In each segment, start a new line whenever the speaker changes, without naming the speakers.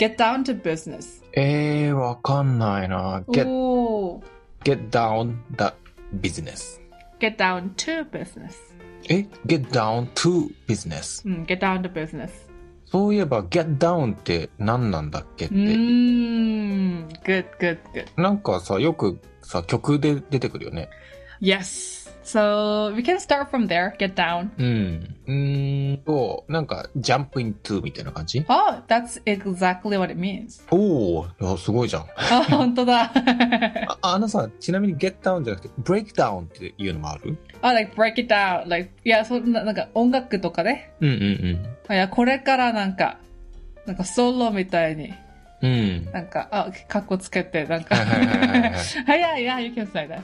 Get down to business.
えー、わかんないな。get,
おー
get down the business.
Get down to business.
え ?get down to business.
うん、get down to business.
そういえば get down って何なんだっけっ
うー
て。
ん、good, Hmm, good, good.
なんかさ、よくさ、曲で出てくるよね。
Yes. So we can start from there. Get down.
うん。うーんと、なんか、ジャンプイントゥみたいな感じ
Oh, that's exactly what it means. Oh,
おお、あすごいじゃん。
あ、本当だ。
ああのさ、ちなみに get down じゃなくて break down っていうのもある
あ、like Oh, break it down. Like, いや、そんな、なんか音楽とかね。
うんうん
いや、これからなんか、なんかソロみたいに、
うん。うん。
なんか、あ、かっこつけて、 なんか。
はいはいはいはいは
はいいはいや、you can say that.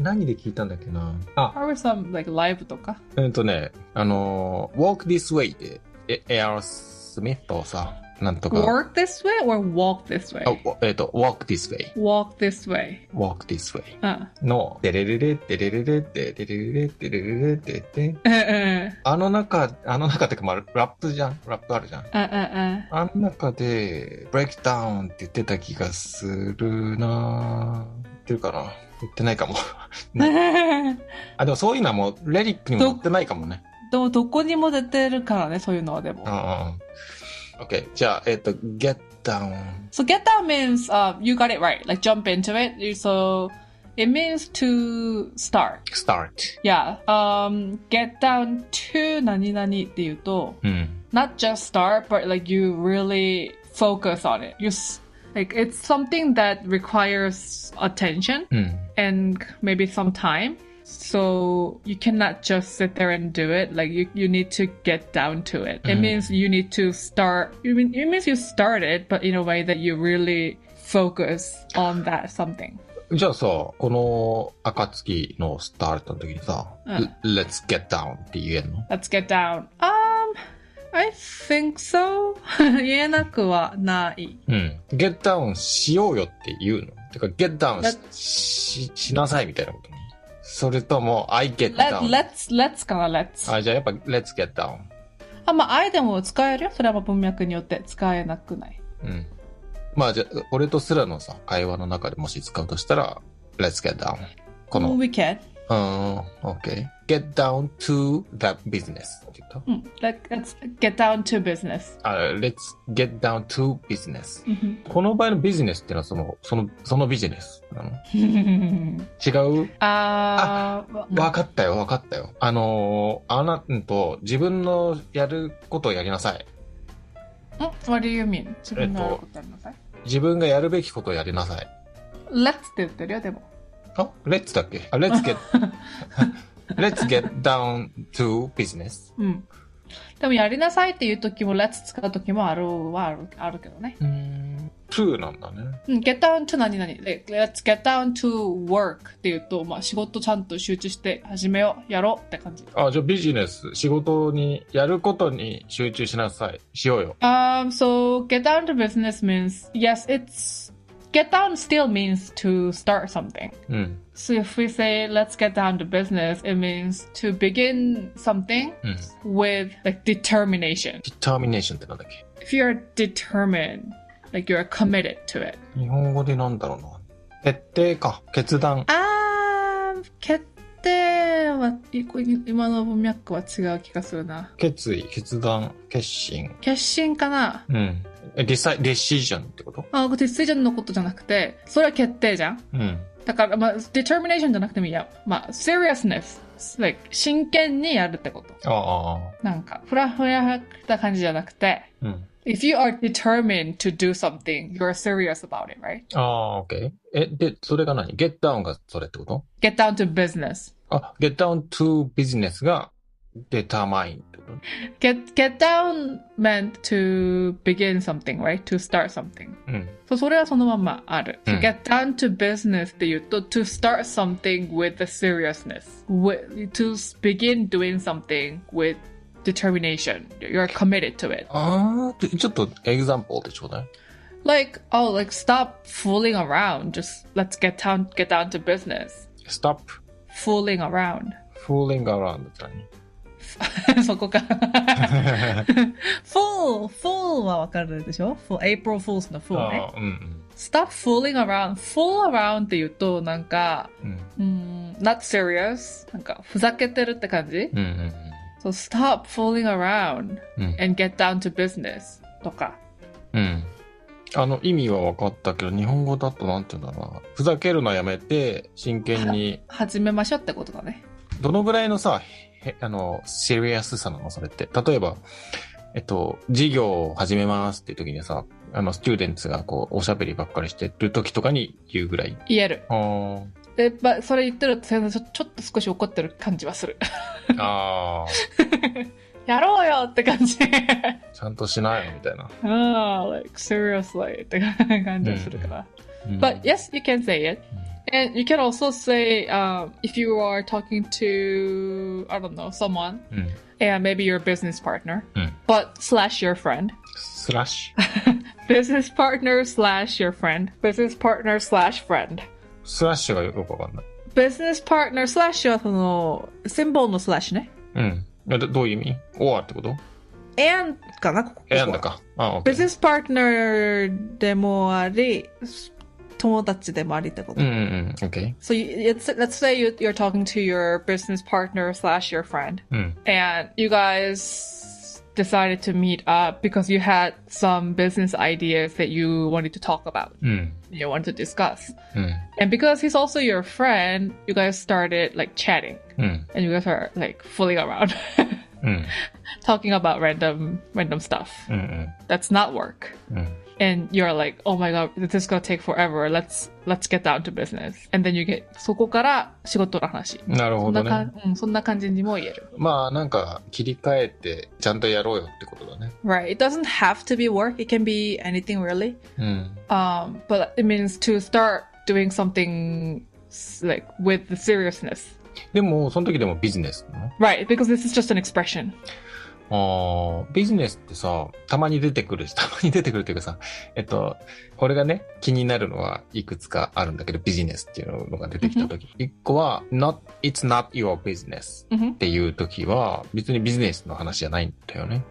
何で聞いたんだっけなあ、
Or some, like, ライブとか。
うんとね、あのー、walk this way で、えエアロスミットをさ、なんとか。
Work this way or walk this
あ
way?
わえっ、と、walk this way,
Walk this way. Uh.
walk this way
うん。
の、デレレレ、デレレレ、デレレレ、デレレレ、デレレレ、
うんうん。
あの中、あの中ってか、まあ、ラップじゃん。ラップあるじゃ
う
ん。
んうんうん。
あの中で、ブレイクダウンって言ってた気がするなぁ。言ってるかな言ってないかも。あ、でもそういうのはもう、レリックにも載ってないかもね。
でも どこにも出てるからね、そういうのはでも
うん。うんうん。OK。じゃあ、えっ、と、get down.
So get down means uh, you got it right, like jump into it. You- So it means to start.
start.
Yeah. Um, get down to 何々っていうと、
うん。
not just start, but like you really focus on it. You s- like it's something that requires attention
うん。
and maybe some time. So you cannot just sit there and do it. Like you, you need to get down to it. It
Mhm.
means you need to start. You mean it means you start it, but in a way that you really focus on that something.
じゃあさ、この、暁のスタートの時にさ、
うん
Let's get down って言えんの
Let's get down. Um, I think so. 言えなくはない。
うん。get down しようよって言うのてか、get down
だ
しししなさいみたいなことに。それとも、I get
Let
down.
let's let's かな let's。
あ、じゃあやっぱ、let's get down.
あ、まあ、あえても使えるよ。それはまあ文脈によって使えなくない。
うん。まあじゃあ、俺とスラのさ、会話の中でもし使うとしたら、let's get down. この、う
We can.
ーん、OK。get down to that business. って言った
うん。Let, Mm, let's get down to business.
あ、let's get down to business.
うん
この場合のビジネスっていうのはその、その、そのビジネスなの
ふんふんふ
Mm-hmm.
ん
違う
あーわ
わかったよ、わかったよ。あのー、あなたと自分のやることをやりなさい。
ん What do you mean? 自分のやることやりなさい。
自分がやるべきことをやりなさい。
Let's って言ってるよ、でも。
あ、let's だっけあ、let's get, let's get down to business.
うん。でも、やりなさいっていう時も、Let's 使う時もあるはあるあるけどね。
うーん、to なんだね。
うん、get down to 何々。で Let's get down to work っていうと、まあ、仕事ちゃんと集中して始めよう、やろうって感じ。
あ、じゃあビジネス、仕事に、やることに集中しなさい。しようよ。
Um, so get down to business means yes, it's get down still means to start something.
うん、
So if we say let's get down to business, it means to begin something
うん。
with like determination.
determination ってなんだっけ
If you're determined, like you're committed to it.
日本語でなんだろうな。決定か。決断。
Um, 決定はいこ今の文脈は違う気がするな。
決意、決断、決心。
決心かな
うん。え、ディサイ、デシジョンってこと
あ、ディスイジョンのことじゃなくて、それは決定じゃん
うん。
だから、まあ、determination じゃなくてもいいや。まあ、seriousness。like 真剣にやるってこと。
ああああ、
なんか、ふらふらした感じじゃなくて、
うん。
if you are determined to do something, you're serious about it, right?
ああ、OK。え、で、それが何 ?get down がそれってこと
Get down to business.
あ、get down to business が determine ってこと
Get, get down meant to begin something, right? To start something.
うん。
So, それはそのままある。So
うん
get down to business って言うと、to start something with the seriousness. With, to begin doing something with determination. You're committed to it.
ああ、ちょっと example でちょうだい。
Like, oh, like stop fooling around. Just let's get down, get down to business.
stop
Fooling around,
fooling around って何
そこ か。
fool, fool はわかるでしょ fool, April Fools の fool ね。
あーうん。
stop fooling around. fool around って言うと、なんか、
うん。
うーん、not serious. なんか、ふざけてるって感じ。
うん。
so stop fooling around
うん。うん。
and get down to business とか。
うん。あの、意味は分かったけど、日本語だとなんて言うんだろうな。ふざけるのやめて、真剣に、
始めましょうってことだね。
どのぐらいのさ、へあの、シリアスさなのそれって。例えば、えっと、授業を始めますっていう時にさ、あの、スチューデンツがこう、おしゃべりばっかりしてる時とかに言うぐらい。
言える。
あー
で、ま、それ言ってると先生ちょ、ちょっと少し怒ってる感じはする。
あー、
やろうよって感じ。
ちゃんとしないのみたいな。
ああ、like, seriously って感じはするから。
うん、
But yes, you can say it. And you can also say um, if you are talking to, I don't know, someone,
うん。
and maybe your business partner,
Mm.
but slash your friend.
スラッシュ。
Business partner slash your friend. Business partner slash friend.
スラッシュがよくわかんない。
Business partner slash
はその、シンボルのスラッシュね。
うん。えどどういう意味 ?or ってこと
and かなここここは
選んだか。あー、OK。
business partner でもあり、友達でもありってこと。
うんうんうん。OK。
So you, it's, let's say you, you're talking to your business partner slash your friend,
うん。
and you guys decided to meet up because you had some business ideas that you wanted to talk about,
うん。
you wanted to discuss.
うん。
And because he's also your friend, you guys started like chatting,
うん。
and you guys are like fooling around,
うん。
talking about random random stuff
うん。
that's not work.
うん。
And you're like, oh my god, this is gonna take forever. Let's let's get down to business. And then you get そこから仕事の話。
なる
そ
ほ
んな
ど
か
ね。
ん、うん、そんな感じにも言える。
まあなんか切り替えてちゃんとやろうよってことだね。
Right. It doesn't have to be work. It can be anything really.
うん。
Um, but it means to start doing something s- like with the seriousness,
でも、その時でもビジネスな
right? Because this is just an expression.
のあービジネスってさ、たまに出てくるし、た まに出てくるっていうかさ、えっと、これがね、気になるのはいくつかあるんだけど、ビジネスっていうのが出てきた時。一個は、not, it's not your business っ
うん
ていう時は、別にビジネスの話じゃないんだよね。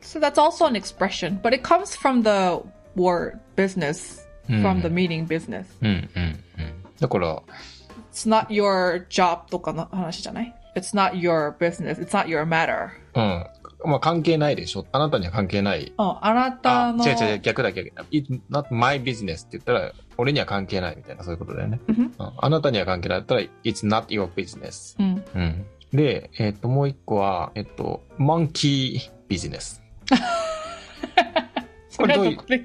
So that's also an expression, but it comes from the word business,
うん
from the meaning business.
うんうんうん。だから、
It's not your job とかの話じゃない It's not your business. It's not your matter.
うん。まあ関係ないでしょ。あなたには関係ない。
うん、あなた
あ、
の。
違う違う違う、逆だ逆だ。It's not my business って言ったら、俺には関係ないみたいな、そういうことだよね。
うんふん
うんあなたには関係ないだったら、It's not your business。
うん。
うん。で、えっ、と、もう一個は、えっ、と、モンキービジネ ス。
それは
これどう
ど
いう
こで。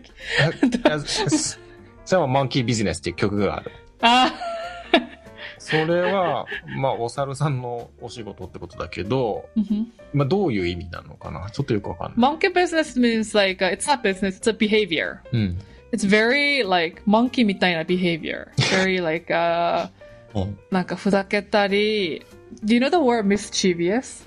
ああそそれはモンキービジネスっていう曲がある。
あ
それは、まあ、お猿さんのお仕事ってことだけど、
ー。うんふん
まあ、どういう意味なのかなちょっとよくわかんない。
mm-hmm. Monkey business means like, uh, it's not business, it's a behavior.
うん。
It's very like monkey みたいな behavior. Very like, uh,
うん
なんかふざけたり。Do you know the word mischievous?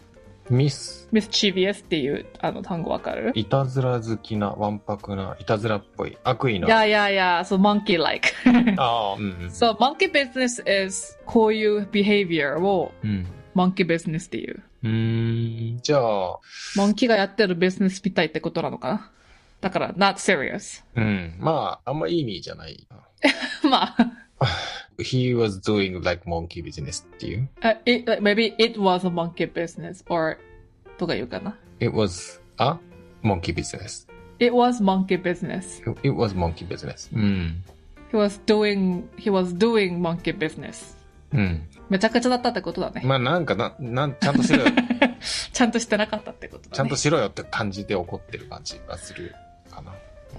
ミス
mischievous っていうあの単語わかる
いたずら好きな、わんぱくな、いたずらっぽい、悪意の。
いやいやいや、そう monkey like.
ああ、うんうん。
so monkey business is こういう behavior を
うん。
monkey business っていう。
うーん。じゃあ、
モンキがやってるビジネスみたいってことなのかなだから、not serious.
うん。まあ、あんまいい意味じゃない。
まあ、
He was doing like monkey business っていう。
uh, it, like, maybe it was a monkey business or とか言うかな。
It was a monkey business.
It was monkey business.
It was monkey business. うん。
He was doing, he was doing monkey business.
うん。
めちゃくちゃだったってことだね。
まあ、なんかな、なん、ちゃんとしろよ、
ちゃんとしてなかったってことだね。
ちゃんとしろよって感じで怒ってる感じがするかな。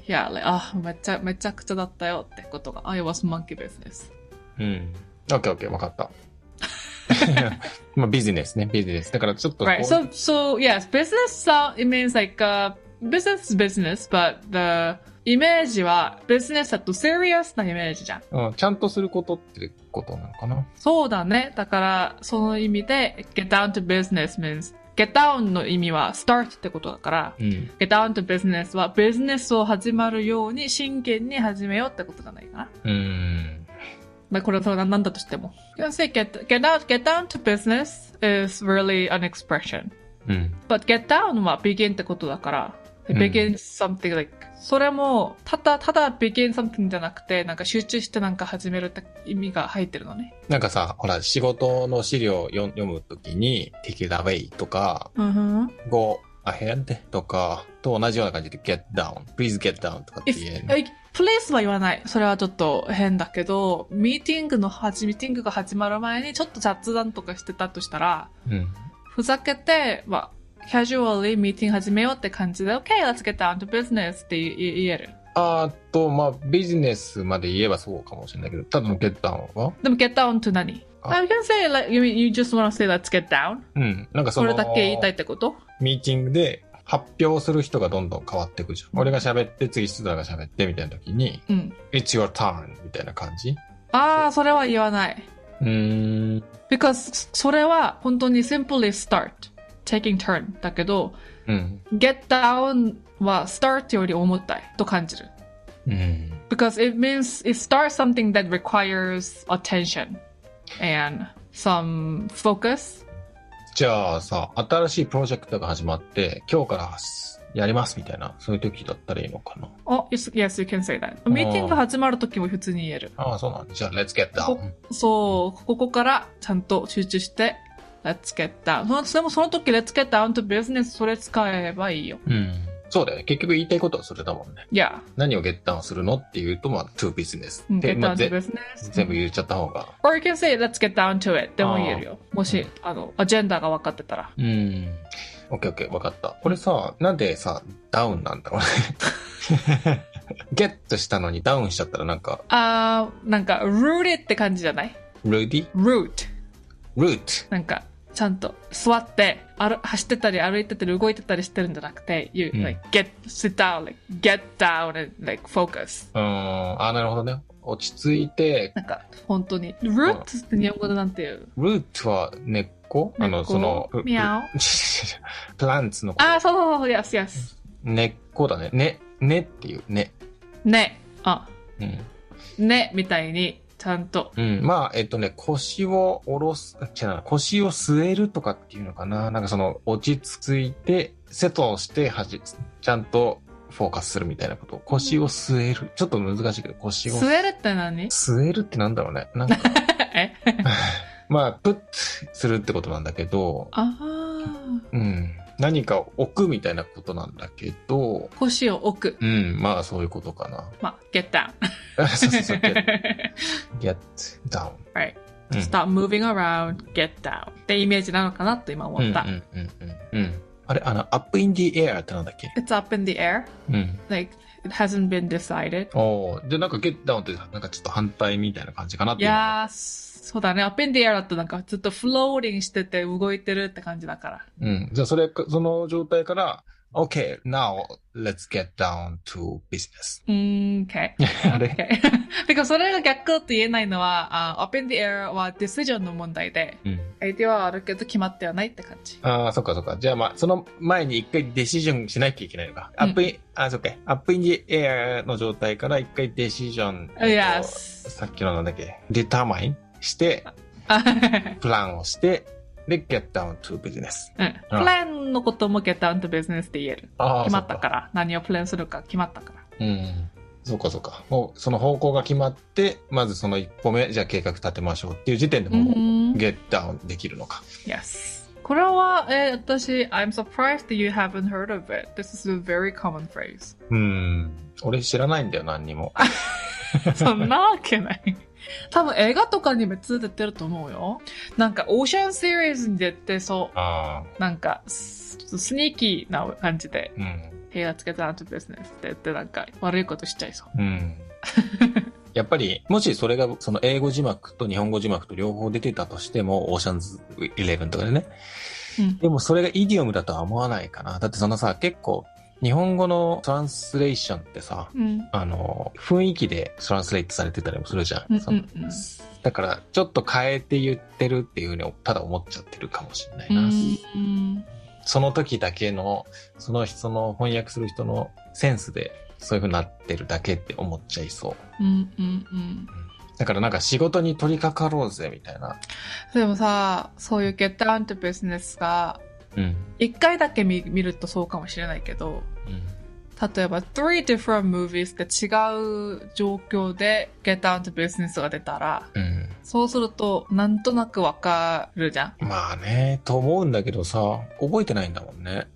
いや、like, あ、めちゃ、めちゃくちゃだったよってことが。I was monkey business.
うん。オッケーオッケー、わかった。 まあ、ビジネスね、ビジネス。だからちょっとこ
Right.
う
So, so yes, business sound, it means like, uh, business is business, but the イメージは、ビジネスだと serious なイメージじゃん。
うん、ちゃんとすることってことなのかな。
そうだね。だから、その意味で、get down to business means, get down の意味は start ってことだから、
うん。
get down to business は、ビジネスを始まるように真剣に始めようってことじゃないかな。
うん。
まあ、これはそれは何だとしても。You can say get, get, out, get down to business is really an expression.
うん。
But get down は begin ってことだから、
うん
begin something like それもただただ begin something じゃなくてなんか集中してなんか始めるって意味が入ってるのね。
なんかさ、ほら、仕事の資料を読読むときに、take it away とか、
うん。
go ahead とか、と同じような感じで get down, please get down とかって言え
If
る、
like, please は言わない。それはちょっと変だけど、ミーティングの始ミーティングが始まる前にちょっと雑談とかしてたとしたら、
うん。
ふざけて、まあ、casually ミーティング始めようって感じで、OK, let's get down to business って言言える。
あと、まあ、ビジネスまで言えばそうかもしれないけど、ただの get down は
でも get down to 何
あ
?I can say, like, you, you just wanna say let's get down?
うん。なんかそ
そ
の、
れだけ言いたいってこと
ミーティングで発表する人がどんどん変わっていくじゃん。俺が喋って、次、シドラが喋ってみたいな時に、
うん。
It's your turn みたいな感じ
ああ、それは言わない。
うーん。
because それは本当に simply start, taking turn だけど、
うん。
get down は start より重たいと感じる。
うん。
because it means it starts something that requires attention and some focus.
じゃあさ、新しいプロジェクトが始まって、今日からやりますみたいな、そういう時だったらいいのかな。
お、yes, yes, you can say that. ミーティング始まるときも普通に言える。
ああ、そうなんだ。じゃあ、Let's get down。
そう、ここからちゃんと集中して、let's get down. そのそれもその時 let's get down to business それ使えばいいよ。
うん。そうだよね。結局言いたいことはそれだもんね。
Yeah,
何をゲッタウンするのっていうと、まあ、to business
うん
で
get
まあ
down to
ぜ
business.
全部言っちゃった方が。
Or you can say let's get down to it でも言えるよ。も
う
し
ん、
あの、アジェンダーが分かってたら。
うん。オッケーオッケー、わかった。これさ、なんでさ、ダウンなんだろうね。 ゲットしたのにダウンしちゃったらなんか、
あー、なんか、rooted って感じじゃない
ルーディ
?root。
ルー
なんか、ちゃんと座って、ある走ってたり歩いてたり動いてたりしてるんじゃなくて、you,
うん
like, get, sit down, like, get down and, like, focus.
ト。うーん、あ、なるほどね。落ち着いて、
なんか、本当に。root って日本語でなんていう
ルートは根っこあ
根
の、
っこ
その、プ
ミャオ
プランツのこと
あー、そうそうそう、yes, yes.
根っこだね。根、根っていう根。
ね、あ、
うん。
ね、みたいに、ちゃんと。
うん。まあ、えっとね、腰を下ろす、違うな、腰を据えるとかっていうのかな。なんかその、落ち着いて、セットをして、はじ、ちゃんとフォーカスするみたいなこと。腰を据える。ちょっと難しいけど、腰を
据えるって何
据えるってなんだろうね。なんか、
え
まあ、プッするってことなんだけど、
あー、
うん。何かを置くみたいなことなんだけど、
腰を置く。
うん、まあそういうことかな。
まあ、get down.
そうそうそう、get, get down.
right.
うん
Stop moving around, get down. ってイメージなのかなと今思った。
うんうんうんうんうん。あれ、あの、up in the air ってなんだっけ
It's up in the air.
うん。
Like, it hasn't been decided.
おーで、なんか get down ってなんかちょっと反対みたいな感じかなっ
い
ていうのが。
やー、そうだね。up in the air だとなんかずっとフローリンしてて動いてるって感じだから。
うん。じゃあそれか、その状態から、okay, now let's get down to business.
うーん、OK。
あれ
OK。てか、それが逆って言えないのは、あ up in the air はディシジョンの問題で、
うん。
相手はあるけど決まってはないって感じ。
ああ、そっかそっか。じゃあまあ、その前に一回デシジョンしなきゃいけないのか。
うん
up in、あ、そっか。up in the air の状態から一回デシジョン。
yes.
さっきのなんだっけ ?determine して、プランをして、で、get down to business.
うん。プランのことも get down to business って言える。
ああ、
決まった
そっ
から。何をプランするか決まったから。
うん。そうかそうか。もうその方向が決まって、まずその一歩目、じゃあ計画立てましょうっていう時点でもう、
うん。
ゲッダウンできるのか。
Yes. これは、えー私、I'm surprised that you haven't heard of it. This is a very common phrase.
うん。俺知らないんだよ、何にも。
そんなわけない。多分映画とかにめっちゃ出てると思うよ。なんか、オーシャンシリーズに出てそう。
ああ、
なんか、スちょっとスニーキーな感じで、
うん。
部屋つけたなんてビジネスって言って、なんか、悪いことしちゃいそう。
うん。やっぱり、もしそれが、その英語字幕と日本語字幕と両方出てたとしても、オーシャンズ11とかでね。
うん
でもそれがイディオムだとは思わないかな。だってそのさ、結構、日本語のトランスレーションってさ、
うん。
あの、雰囲気でトランスレートされてたりもするじゃん。
うん
その
うんうん
だから、ちょっと変えて言ってるっていうふうに、ただ思っちゃってるかもしれないうな。
ん。
その時だけの、その人の翻訳する人のセンスで、そういうふうになってるだけって思っちゃいそ
う
う。
ん。うん。うん。
だからなんか仕事に取り掛かろうぜみたいな。
でもさ、そういう get down to business が
うん。
一回だけ見見るとそうかもしれないけど、
うん。
例えば、three different movies で違う状況で get down to business が出たら、
うん。
そうするとなんとなくわかるじゃん。
まあね、と思うんだけどさ、覚えてないんだもんね。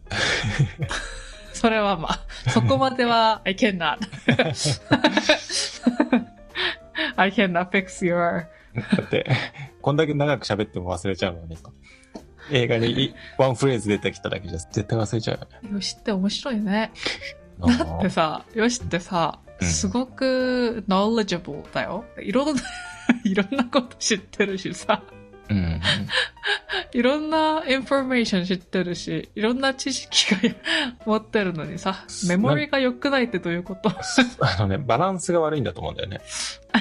それはまあ、そこまで は I cannot. I cannot fix your
だって、こんだけ長く喋っても忘れちゃうのにさ。映画にいワンフレーズ出てきただけじゃ絶対忘れちゃうよ ね
よしって面白いね。
あ
だ
ー。
ってさ、よしってさ、
うん
すごく knowledgeable だよ。いろんな、 いろんなこと知ってるしさ、
うん。
いろんなインフォメーション知ってるし、いろんな知識が 持ってるのにさ、メモリが良くないってどういうこと
あのね、バランスが悪いんだと思うんだよね。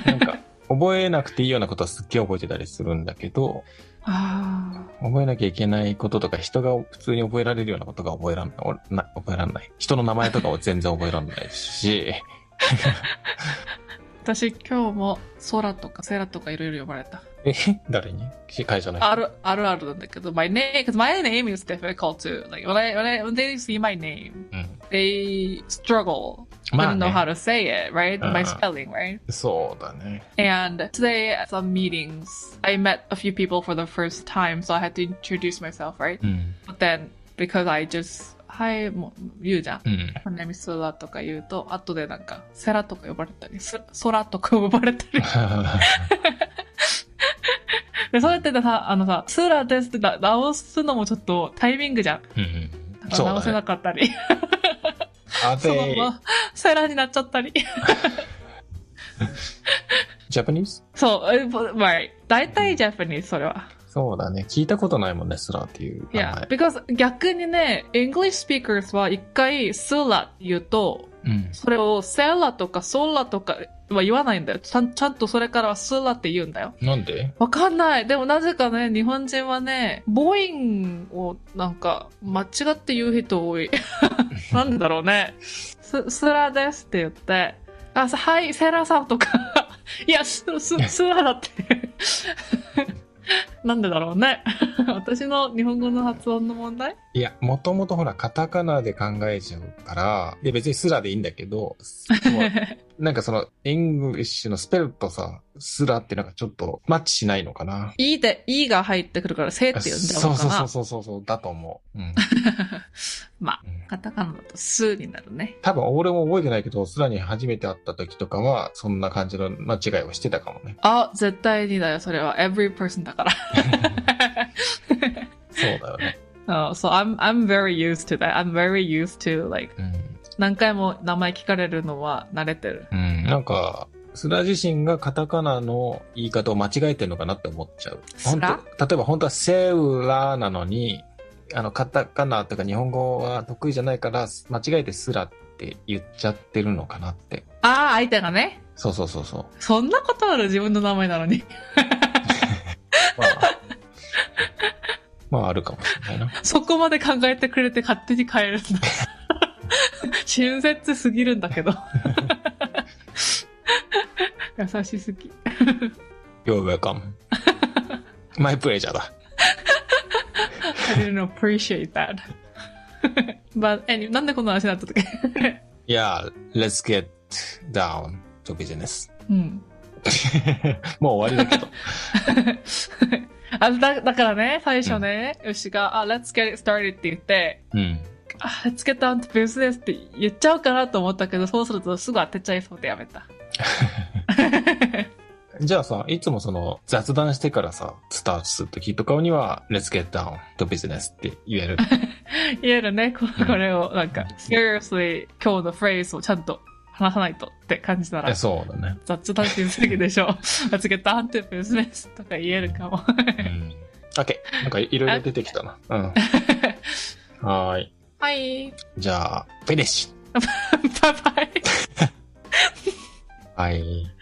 な んか、覚えなくていいようなことはすっげえ覚えてたりするんだけど、
あ
覚えなきゃいけないこととか、人が普通に覚えられるようなことが覚えらんおな、覚えらんない。人の名前とかを全然覚えらんないし、
あ、私今日も空とかセラとかいろいろ呼ばれた。
え誰に会社の人。
あるあるあるなんだけど、my name, because my name is difficult too. Like, when, I, when, I, when they see my name,
うん。
they struggle.
まあ
don't know how
ね、
to say it, right? My
Uh-uh.
spelling, right?
そうだね。
And today at some meetings, I met a few people for the first time, so I had to introduce myself, right?
うん。
But then, because I just, hi, もう言うじゃん。
うん。
My name is Sula とか言うと、後でなんか、セラとか呼ばれたり、す空とか呼ばれたり。で、そうやってさ、あのさ、スラですってな直すのもちょっとタイミングじゃん。
うん
なんか
そう
直せ
だ
な
ね。
かったり、
あ
その
で、
ままセラになっちゃったり。
ジャパニーズ
そう、えぼまあ、大体ジャパニーズ、それは。
そうだね。聞いたことないもんね、スラーっていう
い
名
や
前、。
because 逆にね、English speakers は一回スラって言うと、
うん。
それをセラとかソラとかは言わないんだよ。ちゃんちゃんとそれからはスラって言うんだよ。
なんで
わかんない。でもなぜかね、日本人はね、ボーインをなんか間違って言う人 多い。なんでだろうね。す、すらですって言って、あ、さはい、セーラーさんとか、 いや、す、す、すらだって。 なんでだろうね。私の日本語の発音の問題
いや、もともとほら、カタカナで考えちゃうから、いや別にスラでいいんだ けど、でもなんかその、イングリッシュのスペルとさ、スラってなんかちょっとマッチしないのかな。
いいで、いいが入ってくるから、せいって言うんだ
そ
ろ
う
うか
そうそ
な
う。そうそうそう、だと思う。うん。
まあ、
うん
カタカナだとスになるね。
多分俺も覚えてないけど、スラに初めて会った時とかは、そんな感じの間違いをしてたかも ね。
あ、絶対にだよ、それは。every person だから。
そうだよね。
Oh, so I'm I'm very used to that. I'm very used to like
うん。
何回も名前聞かれるのは慣れてる。
うん、なんか、スラ自身がカタカナの言い方を間違えてるのかなって思っちゃう。
スラ
本当例えば本当はセウラなのに、あの、カタカナとか日本語は得意じゃないから、間違えてスラって言っちゃってるのかなって。
ああ、相手がね。
そうそうそうそう。
そんなことある自分の名前なのに。
まあ、 まああるかもしれないな。
そこまで考えてくれて勝手に変えるんだ。 親切すぎるんだけど。 優しすぎ。
You're welcome. マイプレジャーだ。
I didn't appreciate that. But, anyway, なんでこの話になった時
Yeah, let's get down to business.
うん。
もう終わりだけど。
あだだからね、最初ね、よしが、あ、let's get it started って言って、
うん。
あ、let's get down to business って言っちゃうかなと思ったけど、そうするとすぐ当てちゃいそうでやめた。
じゃあさ、いつもその雑談してからさ、スタートするときとかには、Let's get down to business って言える。
言えるね、こ
うん
これを、なんか、seriously 今日のフレーズをちゃんと話さないとって感じな
え
ら、
そうだね。
雑談しすぎでしょ。let's get down to business とか言えるかも。
うん。OK。なんかいろいろ出てきたな。うん。はーい。
はい、
じゃあ、フィニッシ
バイバイ。
ュはい。